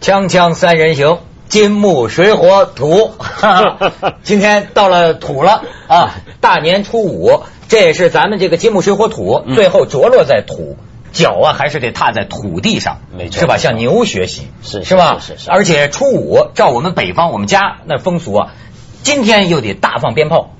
锵锵三人行，金木水火 土，今天到了土了啊！大年初五，这也是咱们这个金木水火土嗯最后着落在土。脚啊，还是得踏在土地上，没错是吧？向牛学习，是是吧？是是是而且初五，照我们北方我们家那风俗啊，今天又得大放鞭炮，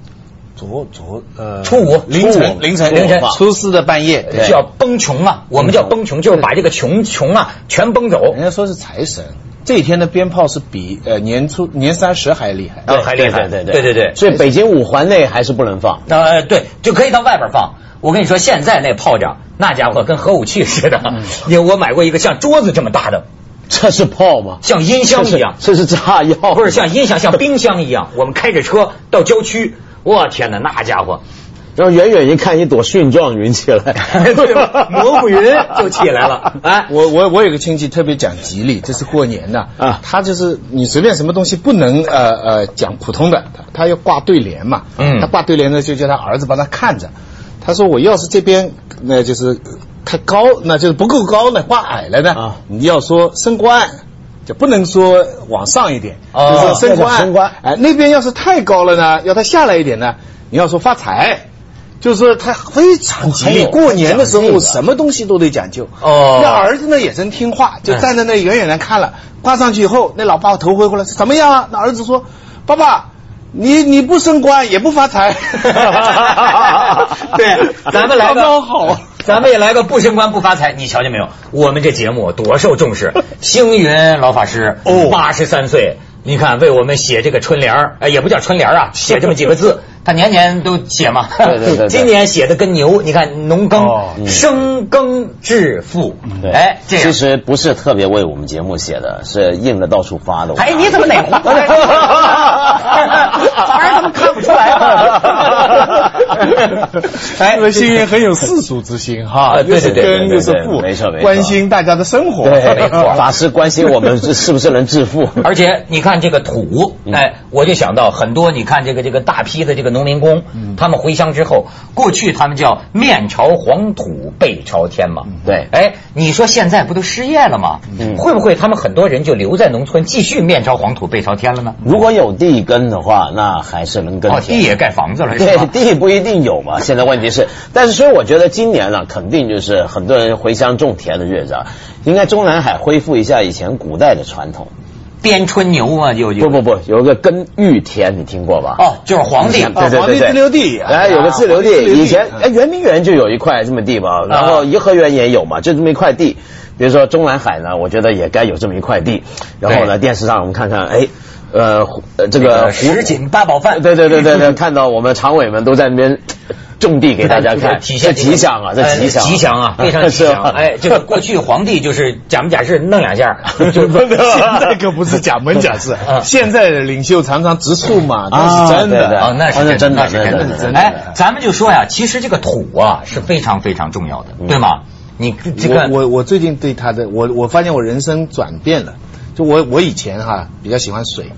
昨昨呃，初五凌初五晨凌晨凌晨初四的半夜，对叫崩穷啊，我们叫嗯崩穷，就是把这个穷穷啊全崩走人。家说是财神，这一天的鞭炮是比呃年初年三十还厉害。啊还厉害对对对对对所以北京五环内还是不能放。呃，对，就可以到外边放。我跟你说，现在那炮仗，那家伙跟核武器似的。嗯因为我买过一个像桌子这么大的，这是炮吗？像音箱一样，这是炸药，不是像音响，像冰箱一样。我们开着车到郊区，我天哪，那家伙，然后远远一看，一朵蕈状云起 来对，蘑菇云就起来 了。哎，我我我有个亲戚特别讲吉利，这是过年的啊啊，他就是你随便什么东西不能呃呃讲普通的，他他要挂对联嘛，嗯他挂对联呢就叫他儿子帮他看着，他说我要是这边那就是太高，那就是不够高呢，挂矮了呢，啊你要说升官。就不能说往上一点，哦就是说升要官，升官哎，那边要是太高了呢，要他下来一点呢，你要说发财，就是说他非常吉还利。有过年的时讲这候个什么东西都得讲究，哦”那儿子呢也真听话，就站在那远远的看了。挂上去以后，那老爸头回过来，怎么样啊？那儿子说：“爸爸，你你不升官也不发财。对，咱们来刚个刚好。咱们也来个不升官不发财。你瞧见没有？我们这节目多受重 视。星云老法师，哦八十三岁，你看为我们写这个春联儿，哎，也不叫春联儿 啊，写这么几个字，他年年都写嘛。对对对对 今年写的跟牛，你看农耕、哦嗯生耕致富，对哎，这其样。实不是特别为我们节目写的，是印了到处发的。哎，你怎么哪 胡来 的？当然他们看不出来啊 哎了。因为幸运很有世俗之心哈，啊对又对是对对根又是呃对富，没错没错关心大家的生活，对， 没错，法师关心我们是是不是能致富。 而且你看这个土，嗯哎，我就想到很多，你看这个这个大批的这个农民工，嗯他们回乡之后，过去他们叫面朝黄土背朝天嘛，对哎，你说现在不都失业了吗？嗯会不会他们很多人就留在农村，继续面朝黄土背朝天了呢？如果有地耕的话，那还是能耕哦，田。地也盖房子了，是对，吧？地不一定有嘛。现在问题是，但是所以我觉得今年呢、肯定就是很多人回乡种田的日子啊，应该中南海恢复一下以前古代的传统。编春牛啊，有有不不不，有一个耕玉田，你听过吧？哦，就是皇帝对对对皇帝对自留地哎，有个自留啊皇帝自留地，地以前哎圆明园就有一块这么地啊嘛，然后颐和园也有嘛，就这么一块地。比如说中南海呢，我觉得也该有这么一块地。然后呢，电视上我们看看，哎，呃，胡呃这个胡什锦八宝饭，对对对对对， 看到我们常委们都在那边种地给大 家看，体现这吉祥啊，这呃吉祥，吉祥 啊，非常吉是祥。吧哎，这个过去皇帝就是假模假式弄两 下，就不 现在可不是假门假式嗯，现在的领袖常常直述嘛，啊那是真对对 的。哦，那哦是那真的，真的那是真那的，是真的哎，咱们就说呀，其实这个土啊是非常非常重要的，嗯对吗？你这我个我我最近对他的我我发现我人生转变了，就我我以前哈比较喜欢水，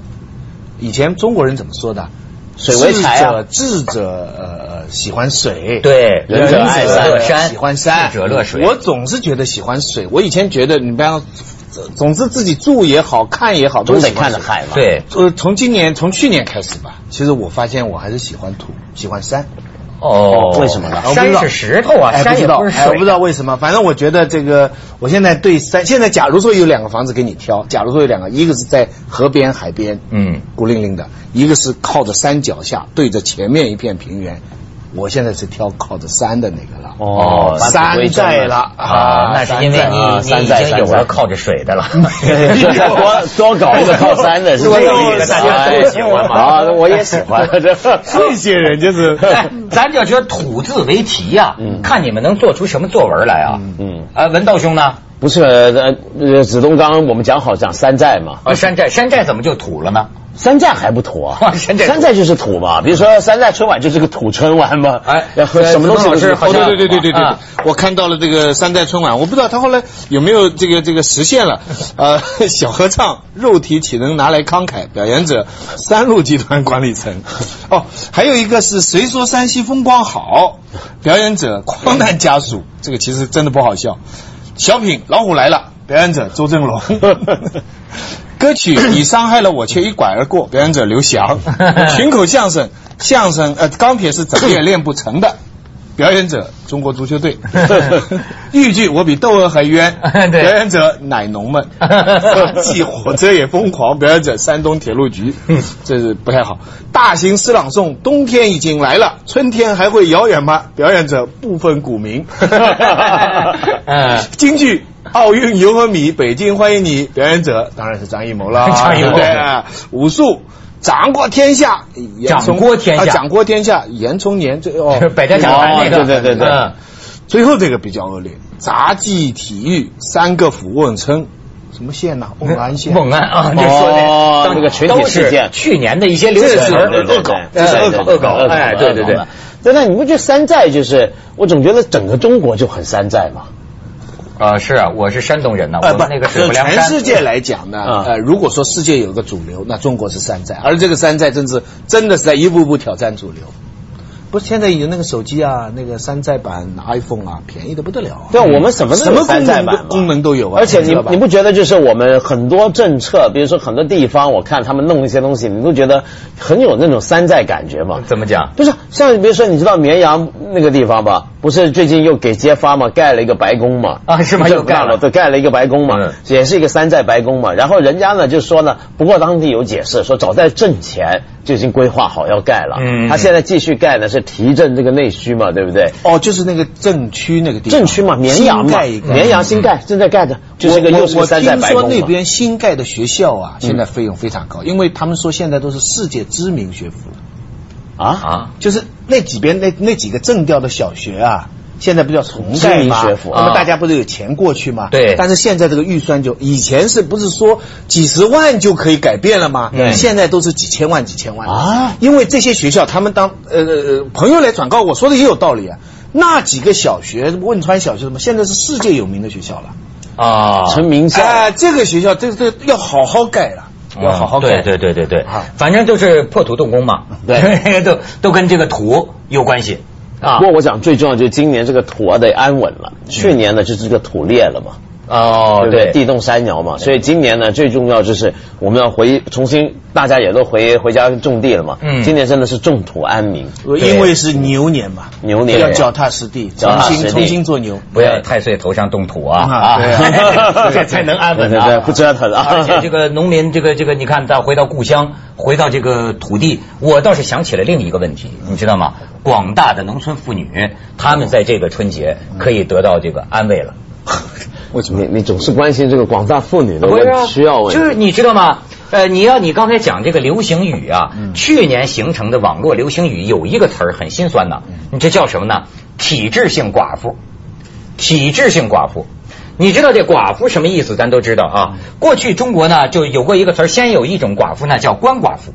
以前中国人怎么说的？水为财啊智者智者呃呃喜欢水，对仁者爱山乐山喜欢山，智者乐水我总是觉得喜欢水，我以前觉得你不要，总之自己住也好看也好，都总得喜欢看着水海嘛。，对呃，从今年从去年开始吧，其实我发现我还是喜欢土，喜欢山。哦，为什么呢我不知山道是石头啊，哎山也不不是知道哎我不知水。道为什么，反正我觉得这个，我现在对山，现在假如说有两个房子给你挑，假如说有两个，一个是在河边海边，嗯，孤零零的，一个是靠着山脚下，对着前面一片平原。我现在是挑靠着山的那个了，哦返璞山归真了寨了啊，那是因为山寨你了啊你已山寨经有山了寨靠着水的了， 多多哎搞一个靠山的，是这个意 思大啊。家都喜欢嘛啊，我也喜欢。 这些人就是哎， 咱就说土字为题呀、嗯看你们能做出什么作文来啊？嗯，啊，文道兄呢？不是呃呃，子东刚我们讲好讲山寨嘛，啊，山寨山寨怎么就土了呢？？山寨还不土啊 山寨土山寨就是土嘛，比如说山寨春晚就是个土春晚嘛，哎然后什么东西都是好像哦，对对对对对对啊我看到了这个三代春晚，我不知道他后来有没有这个这个实现了。呃， 小合唱肉体岂能拿来慷慨？表演者三鹿集团管理层。哦，还有一个是谁说山西风光好？表演者匡南家属，这个其实真的不好笑。小品《老虎来了》，表演者周正 龙。歌曲《你伤害了我却一拐而过》，表演者刘翔。 群口相声，相声呃钢铁是怎么也练不成的，表演者中国足球队。豫剧我比窦娥还冤，对表演者奶农们。放弃火车也疯狂，表演者山东铁路局。嗯 这是不太好。大型诗朗诵，冬天已经来了，春天还会遥远吗？表演者部分股 民。哎嗯京剧《奥运油和米》，北京欢迎你，表演者当然是张艺谋了， 张艺谋对不对武术。掌过天下，严掌从过天下啊掌过天下，严从年这哦 ，百家讲坛那个，哦对对对对嗯最后这个比较恶劣，杂技、体育三个俯卧撑，什么线呐、瓮安线，猛安啊，这说哦的当那个群体事件都是去年的一些流行这是词儿对对恶搞，对这是对恶对搞，对恶搞，哎，对对对，。嗯但那你不觉得山寨就是？我总觉得整个中国就很山寨嘛。啊，是啊，我是山东人呐，我哎呃，不们，那个水泊梁全山，世界来讲呢，嗯呃，如果说世界有个主流，那中国是山寨，而这个山寨真是真的是在一步步挑战主流。不是现在有那个手机啊，那个山寨版 iPhone 啊，便宜的不得了、啊。对，我们什么都什么有功山寨能版都嘛功能都有啊，而且知你道吧你不觉得就是我们很多政策，比如说很多地方，我看他们弄一些东西，你都觉得很有那种山寨感觉嘛？怎么讲？不是，像比如说你知道绵阳那个地方吧？不是最近又给揭发嘛，盖了一个白宫嘛？啊是吗政又盖了府大楼对，盖了一个白宫嘛，嗯也是一个山寨白宫嘛。然后人家呢就说呢，不过当地有解释说，早在挣前就已经规划好要盖了，嗯他现在继续盖呢是提振这个内需嘛，对不对？哦，就是那个镇区那个地方，镇区嘛，绵阳新嘛，盖一个绵阳新盖正在盖的，就是个我又是我个山寨白我听宫说嘛嗯那。边新盖的学校啊，现在费用非常高，因为他们说现在都是世界知名学府了。啊，啊，就是那几边那那几个正调的小学啊，现在不叫重盖知名吗？学府那么啊大家不是有钱过去吗？对但是现在这个预算就以前是不是说几十万就可以改变了吗？对现在都是几千万几千万啊因为这些学校他们当呃呃朋友来转告我说的也有道理啊。那几个小学，汶川小学什么，现在是世界有名的学校了。啊，成名校。哎、这个学校，这个这个要好好盖了，要好好嗯盖。对对对对对啊，反正就是破土动工嘛，对， 都都跟这个土有关系啊不。过我想最重要就是今年这个土啊得安稳了，去年呢就是这个土裂了嘛，哦，对不对？地动山摇嘛，所以今年呢最重要就是我们要回重新，大家也都回回家种地了嘛。嗯今年真的是种土安民，因为是牛年嘛，牛年要脚踏实地，脚重踏实新地重新做牛。不要太岁头上动土啊啊啊对啊， 这才能安稳对对对啊，不折腾啊而 且这个农民，这个这个，你看，再回到故乡，回到这个土地，我倒是想起了另一个问题，你知道吗？广大的农村妇女，她们在这个春节可以得到这个安慰了。为什么？你你总是关心这个广大妇女的问不是啊题，需要问题就是你知道吗？呃，你要你刚才讲这个流行语啊，嗯去年形成的网络流行语有一个词儿很心酸呐，嗯你这叫什么呢？体制性寡妇，体制性寡妇。你知道这寡妇什么意思？咱都知道嗯啊。过去中国呢就有过一个词儿，先有一种寡妇呢叫官寡妇，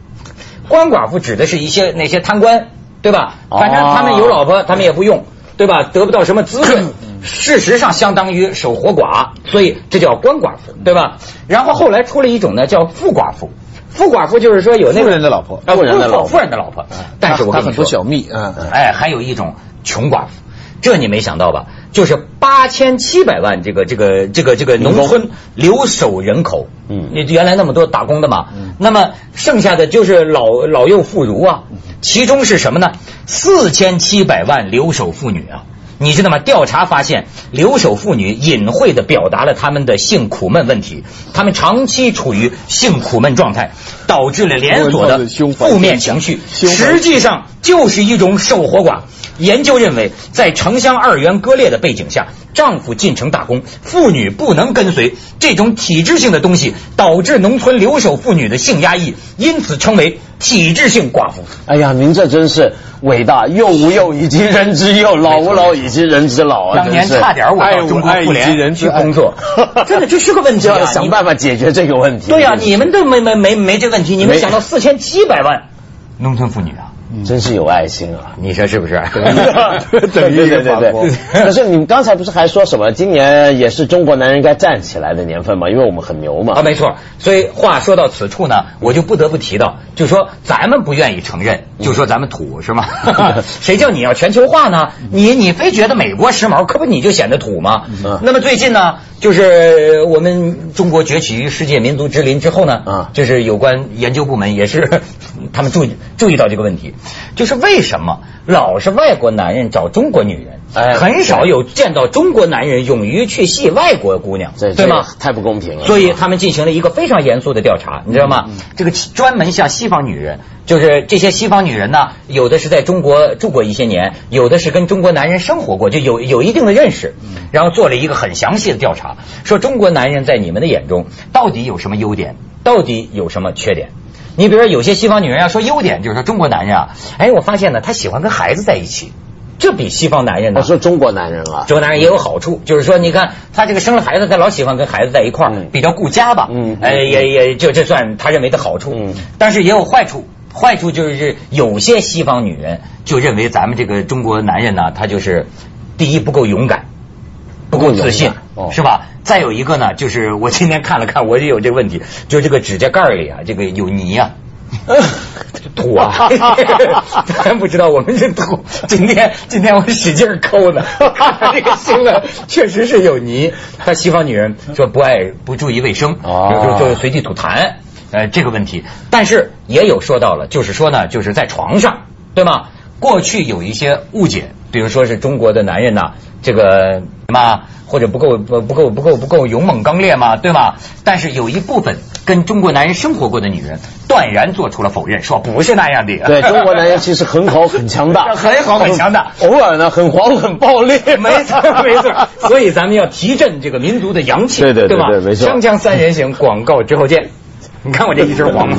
官寡妇指的是一些那些贪官，对吧？哦反正他们有老婆，他们也不用，对吧？得不到什么滋润，嗯事实上相当于守活寡，所以这叫官寡妇，对吧？然后后来出了一种呢，叫富寡妇。富寡妇就是说有那个富人的老婆啊富人的老婆富人的老婆。但是我跟他他你很多说，小蜜，嗯，嗯哎，还有一种穷寡妇，这你没想到吧？就是八千七百万这个这个这个这个农村留守人口，嗯你原来那么多打工的嘛，那么剩下的就是老老幼妇孺啊，其中是什么呢？四千七百万留守妇女啊。你知道吗？调查发现，留守妇女隐晦地表达了她们的性苦闷问题，她们长期处于性苦闷状态，导致了连锁的负面情绪，实际上就是一种守活寡。研究认为，在城乡二元割裂的背景下，丈夫进城打工，妇女不能跟随，这种体制性的东西导致农村留守妇女的性压抑，因此称为体制性寡妇。哎呀，您这真是伟大，幼无幼以及人之幼，老无老以及人之老啊！当年真是差点我爱到我中国爱妇以及联人之去爱工作，真的这是个问题就啊！要你想办法解决这个问题。对呀、你们都没没没没这问题，你们没想到四千七百万农村妇女啊，真是有爱 心啊！你说是不是？等于一个对对法对国 对。 可是你刚才不是还说什么？今年也是中国男人该站起来的年份嘛，因为我们很牛嘛。啊，没错。所以话说到此处呢，我就不得不提到，就说咱们不愿意承认，就说咱们土是 吗？谁叫你要全球化呢？你你非觉得美国时髦，可不你就显得土吗？嗯那么最近呢，就是我们中国崛起于世界民族之林之后呢，啊就是有关研究部门也是 他们注意注意到这个问题，就是为什么老是外国男人找中国女人，哎很少有见到中国男人勇于去戏外国姑娘，这对这吗？个太不公平了。所以他们进行了一个非常严肃的调查，你知道吗？这个专门向西方女人，就是这些西方女人呢，有的是在中国住过一些年，有的是跟中国男人生活过，就有有一定的认识，然后做了一个很详细的调查，说中国男人在你们的眼中到底有什么优点，到底有什么缺点。你比如说，有些西方女人要说优点，就是说中国男人啊，哎，我发现呢，他喜欢跟孩子在一起，这比西方男人呢我，说中国男人啊，这个当然也有好处，就是说，你看他这个生了孩子，他老喜欢跟孩子在一块儿，嗯比较顾家吧，嗯哎，嗯也也就这算他认为的好处，嗯但是也有坏处。坏处就是有些西方女人就认为咱们这个中国男人呢，他就是第一不够勇敢，不够自信，不够勇敢哦是吧？再有一个呢，就是我今天看了看，我也有这个问题，就是这个指甲盖儿里啊，这个有泥 啊。土啊！ 咱不知道我们是土。今天今天我使劲儿抠呢， 看看这个新 闻确实是有泥。但西方女人说不爱不注意卫生，哦就就就随地吐痰，呃，这个问题。但是也有说到了，就是说呢，就是在床上，对吗？过去有一些误解，比如说是中国的男人呐、这个嘛，或者不够不不够不够不够勇猛刚烈嘛，对吧？但是有一部分跟中国男人生活过的女人断然做出了否认，说不是那样的。 对中国男人其实很好很强大，很好很强大。偶尔呢很黄很暴力。 没错没错，所以咱们要提振这个民族的阳气，对对对吧？对没错锵锵三人行，广告之后见。你看我这一身黄。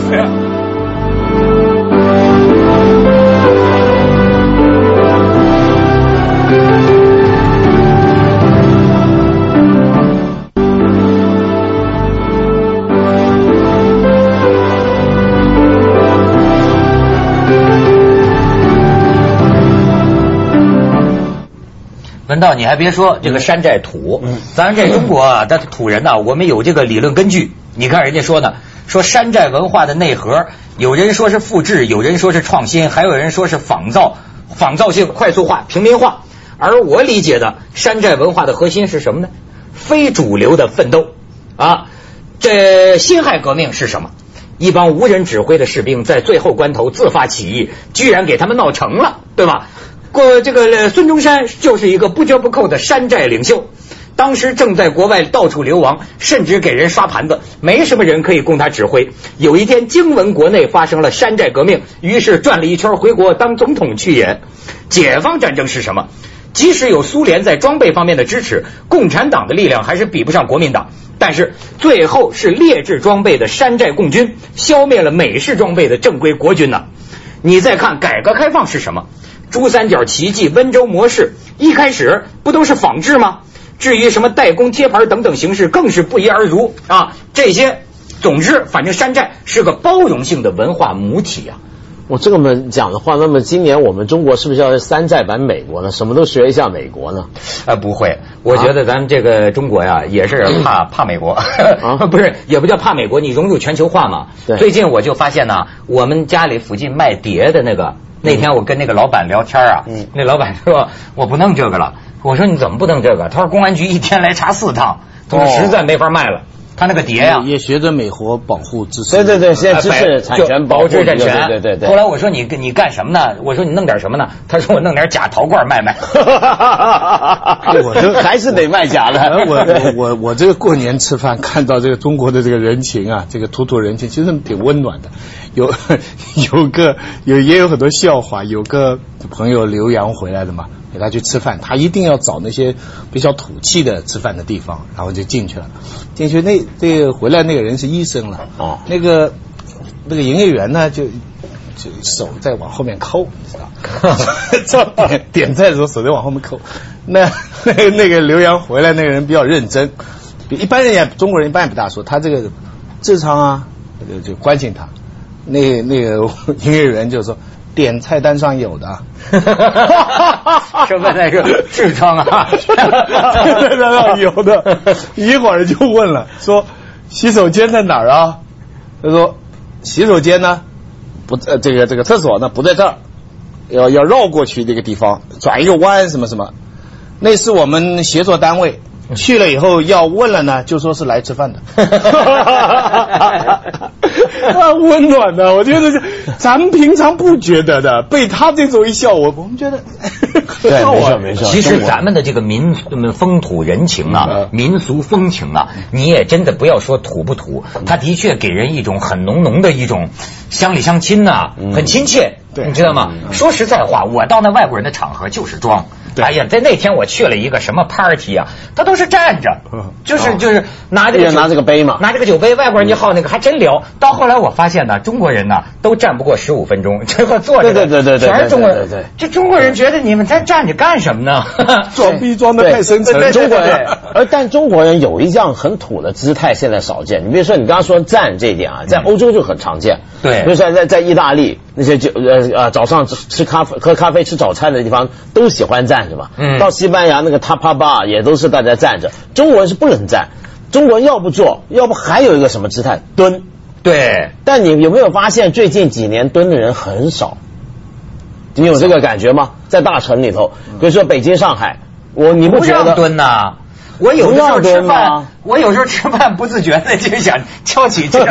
文道，你还别说，这个山寨土，嗯咱这中国啊，但土人呐、我们有这个理论根据。你看人家说呢，说山寨文化的内核，有人说是复制，有人说是创新，还有人说是仿造，仿造性快速化、平民化。而我理解的山寨文化的核心是什么呢？非主流的奋斗啊！这辛亥革命是什么？一帮无人指挥的士兵在最后关头自发起义，居然给他们闹成了，对吧？过这个呃孙中山就是一个不折不扣的山寨领袖，当时正在国外到处流亡，甚至给人刷盘子，没什么人可以供他指挥。有一天，惊闻国内发生了山寨革命，于是转了一圈回国当总统去演。解放战争是什么？即使有苏联在装备方面的支持，共产党的力量还是比不上国民党。但是最后是劣质装备的山寨共军消灭了美式装备的正规国军呐、你再看改革开放是什么？珠三角奇迹、温州模式，一开始不都是仿制吗？至于什么代工、贴牌等等形式，更是不一而足啊！这些，总之，反正山寨是个包容性的文化母体啊。 我这么讲的话，那么今年我们中国是不是要山寨版美国呢？什么都学一下美国呢？啊，不会，我觉得咱们这个中国啊呀，也是嗯怕怕美国， 不是也不叫怕美国，你融入全球化嘛。对最近我就发现呢，我们家里附近卖碟的那个，那天我跟那个老板聊天啊，嗯那老板说我不弄这个了，我说你怎么不弄这个？他说公安局一天来查四趟，他说哦实在没法卖了，他那个碟哎呀、也学着美国保护自身。对对对，现在知哎识百产权就保护知识产这个权，对对对对。后来我说你你干什么呢？我说你弄点什么呢？他说我弄点假陶罐卖卖。 哎我就 还是得卖假哎的。 我我我我这个过年吃饭看到这个中国的这个人情啊，这个土土人情其实挺温暖的。有 有个有也有很多笑话，有个朋友留洋回来的嘛，给他去吃饭，他一定要找那些比较土气的吃饭的地方，然后就进去了。进去那这个回来那个人是医生了，哦那个那个营业员呢就就手在往后面抠，你知道。 点点菜的时候手在往后面扣。那 那个那个刘洋回来那个人比较认真，比一般人也中国人一般也不大说，他这个智商啊，就就关心他。那那个营业员就说：“点菜单上有的。这问的是痔疮 啊菜单上有的，一会儿就问了，说洗手间在哪儿啊？他说洗手间呢不在、呃这个这个厕所呢不在这儿，要要绕过去这个地方，转一个弯什么什么。那是我们协作单位嗯去了以后要问了呢，就说是来吃饭 的。啊，温暖的，我觉得是咱们平常不觉得的，被他这种一笑，我我们觉得很对，好没玩错没错。其实中国咱们的这个民嗯风土人情啊嗯，民俗风情啊，你也真的不要说土不土，它的确给人一种很浓浓的一种乡里乡亲呐、嗯很亲切，对你知道吗？说实在话，我到那外国人的场合就是装。对哎呀，在那天我去了一个什么 party 啊，他都是站着嗯，就是就是拿这个人酒哦哎拿这个杯嘛嗯拿这个酒杯，外国人就好那个，还真聊。到后来我发现呢，中国人呢都站不过十五分钟， 结果坐着的对对对对对全是中国人对对对对，这中国人觉得你们在站着干什么呢？装逼装的太深沉对对对了，中国呃中国对对人人。而但中国人有一样很土的姿态，现在少见。你比如说，你刚刚说站这一点啊，在欧洲就很常见。对比如说在在意大利那些就呃呃早上吃吃咖啡喝咖啡吃早餐的地方都喜欢站着嘛。嗯到西班牙那个 tapa bar 也都是大家站着，中国人是不能站。中国人要不坐，要不还有一个什么姿态蹲。对，但你有没有发现最近几年蹲的人很少？你有这个感觉吗？在大城里头，比如说北京、上海，我你不不觉让得？蹲呐、我有的时候吃不让蹲饭吗，我有时候吃饭不自觉的就想翘起这个，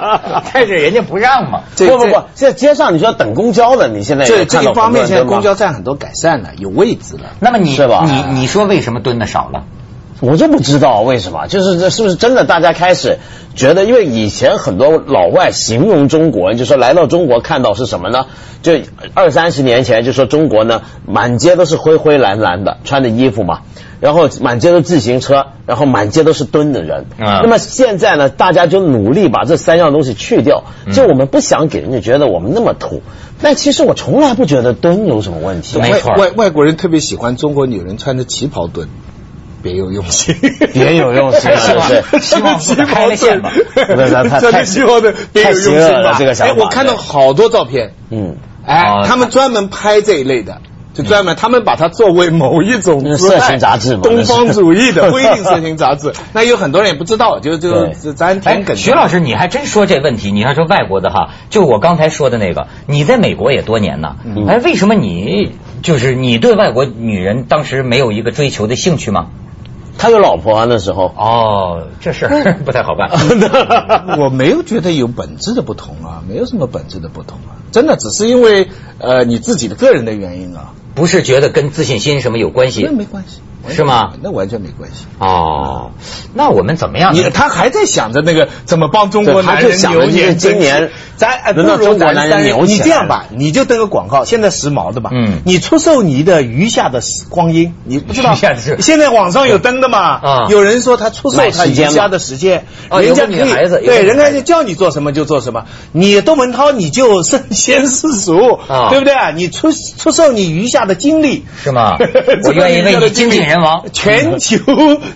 但是人家不让嘛。这不不这不，现在街上你说等公交的，你现在这也这看一到方面，很现在多人公蹲交站很多改善了，有位置了。那么你是吧你你说为什么蹲的少了？嘛，我就不知道为什么，就是这是不是真的？大家开始觉得，因为以前很多老外形容中国人，就说来到中国看到是什么呢？就二三十年前就说中国呢，满街都是灰灰蓝蓝的穿的衣服嘛，然后满街都自行车，然后满街都是蹲的人。啊那么现在呢，大家就努力把这三样东西去掉，就嗯我们不想给人家觉得我们那么土，但其实我从来不觉得蹲有什么问题。没错外外外国人特别喜欢中国女人穿着旗袍蹲，别有用心， 别有用心了，希是不望 是？希望不开了线 吧。对那太穿着旗袍蹲，别有用心太邪恶了吧？这个想法哎，我看到好多照片，嗯，哎哦，他们专门拍这一类的。就专门，他们把它作为某一种那是姿态色情杂志嘛东方主义那的是 不一定色情杂志。那有很多人也不知道，就就对就咱挺哎梗的。，徐老师，你还真说这问题？你还说外国的哈，就我刚才说的那个，你在美国也多年呐，哎，为什么你就是你对外国女人当时没有一个追求的兴趣吗？他有老婆啊，那时候。哦，这事儿 不太好办。我没有觉得有本质的不同啊，没有什么本质的不同啊，真的只是因为呃你自己的个人的原因啊，不是觉得跟自信心什么有关系那没关系，完全是吗那完全没关系。哦，那我们怎么样呢？你他还在想着那个怎么帮中国男对他就人想着扭就是捻今真年是咱哎不轮到如中国咱男人三扭起你来这样吧，你就登个广告，现在时髦的嘛，嗯你出售你的余下的光阴，你不知道余下的是现在网上有登的嘛，啊有人说他出售买他时余间嘛下的时间，啊人有家个可女以孩子有个对，女人家孩子就叫你做什么就做什么，你窦文涛你就身先士卒啊，对不对？你出出售你余下的精力是 吗啊 我愿意为你精尽人亡全球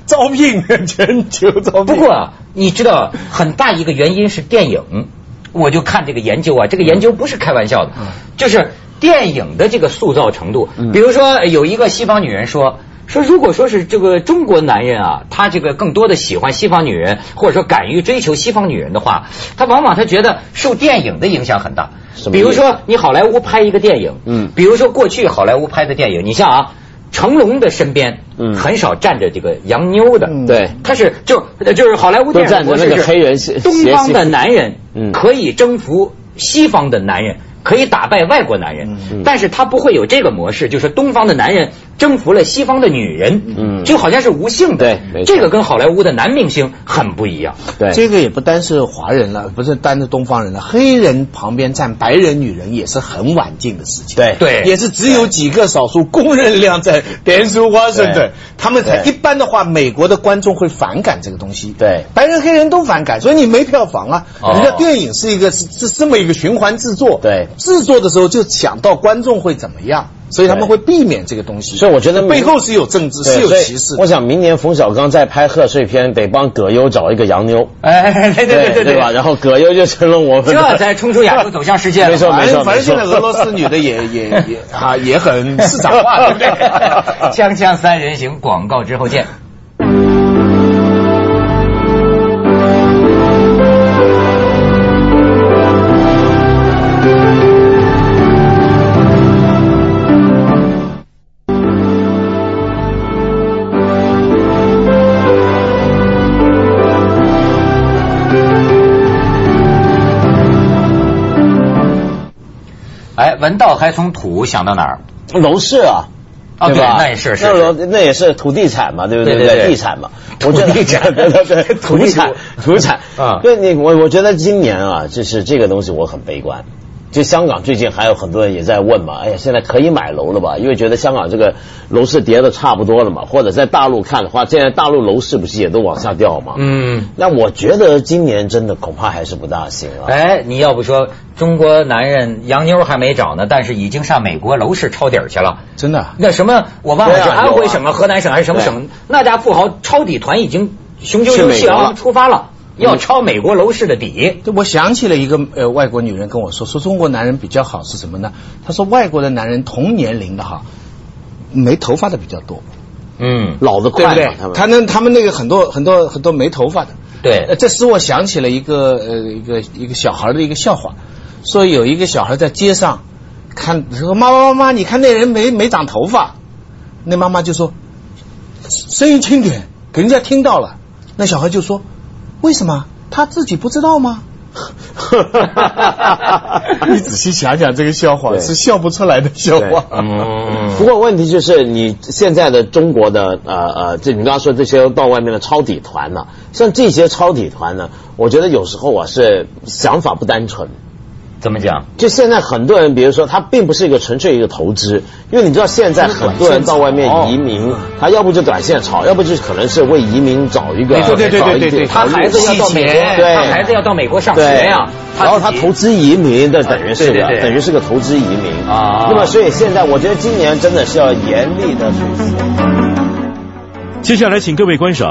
招聘，全球招 聘。不过啊你知道，很大一个原因是电影。我就看这个研究啊，这个研究不是开玩笑嗯的，就是电影的这个塑造程度。比如说，有一个西方女人说。说，如果说是这个中国男人啊，他这个更多的喜欢西方女人，或者说敢于追求西方女人的话，他往往他觉得受电影的影响很大什。么比意思如说，你好莱坞拍一个电影，嗯比如说过去好莱坞拍的电影，你像啊，成龙的身边，嗯很少站着这个洋妞的，嗯对他是就就是好莱坞电影模式都站着那个是黑人斜东方的男人嗯可以征服西方的男人。可以打败外国男人，嗯但是他不会有这个模式，就是东方的男人征服了西方的女人，嗯就好像是无性的，对没错这个跟好莱坞的男明星很不一样。对，这个也不单是华人了，不是单是东方人了，黑人旁边站白人女人也是很晚近的事情。对对也是只有几个少数公认量在连苏华盛对顿，他们才对一般的话，美国的观众会反感这个东西。对白人黑人都反感，所以你没票房啊。哦人家电影是一个是是这么一个循环制作，对制作的时候就想到观众会怎么样。所以他们会避免这个东西。所以我觉得背后是有政治，对是有所以歧视的。我想明年冯小刚再拍贺岁片，得帮葛优找一个洋妞，哎，对对对对对吧？然后葛优就成了我们的这才冲出亚洲走向世界了嘛。没错反正没反正错现在俄罗斯女的也也也啊也很市场化，对不 对？锵锵三人行，广告之后见。哎，文道还从土想到哪儿？ 楼市啊。哦对吧？那也是是那楼那也是土地产嘛，对不对？对对对地产嘛， 土地产我觉得 对对 对，土土地产土 土产 啊对你我我觉得今年啊，就是这个东西我很悲观。就香港最近还有很多人也在问嘛，哎呀，现在可以买楼了吧？因为觉得香港这个楼市跌的差不多了嘛，或者在大陆看的话，现在大陆楼市不是也都往下掉嘛？嗯，那我觉得今年真的恐怕还是不大行啊。哎，你要不说中国男人洋妞还没找呢，但是已经上美国楼市抄底儿去了。真的啊那什么，我忘了对啊是安有徽啊省啊、河南省还是什么省，那家富豪抄底团已经雄赳去赳美气国嗯昂昂了出发了，要抄美国楼市的底。就我想起了一个呃外国女人跟我说，说中国男人比较好是什么呢？她说外国的男人同年龄的哈，没头发的比较多，嗯，老得对快不嘛，对他？们他们他们那个很多很多很多没头发的。呃对，这使我想起了一个呃一个一个小孩的一个笑话，说有一个小孩在街上看说妈妈妈妈，你看那人没没长头发，那妈妈就说声音轻点，给人家听到了。那小孩就说为什么他自己不知道吗？ 你仔细想想这个笑话对是笑不出来的笑话。对嗯不过问题就是，你现在的中国的呃呃，这你刚刚说这些到外面的抄底团呢、像这些抄底团呢，我觉得有时候啊是想法不单纯。怎么讲？就现在很多人，比如说他并不是一个纯粹一个投资，因为你知道现在很多人到外面移嗯民，他要不就短线炒，要不就可能是为移民找一个没错对对找一对对个对他找一个孩子要到美国，洗钱对他孩子要到美国上学对呀、然后他自己投资移民的等于是对个、对对等于是个投资移民啊那么所以现在我觉得今年真的是要严厉的。接下来，请各位观赏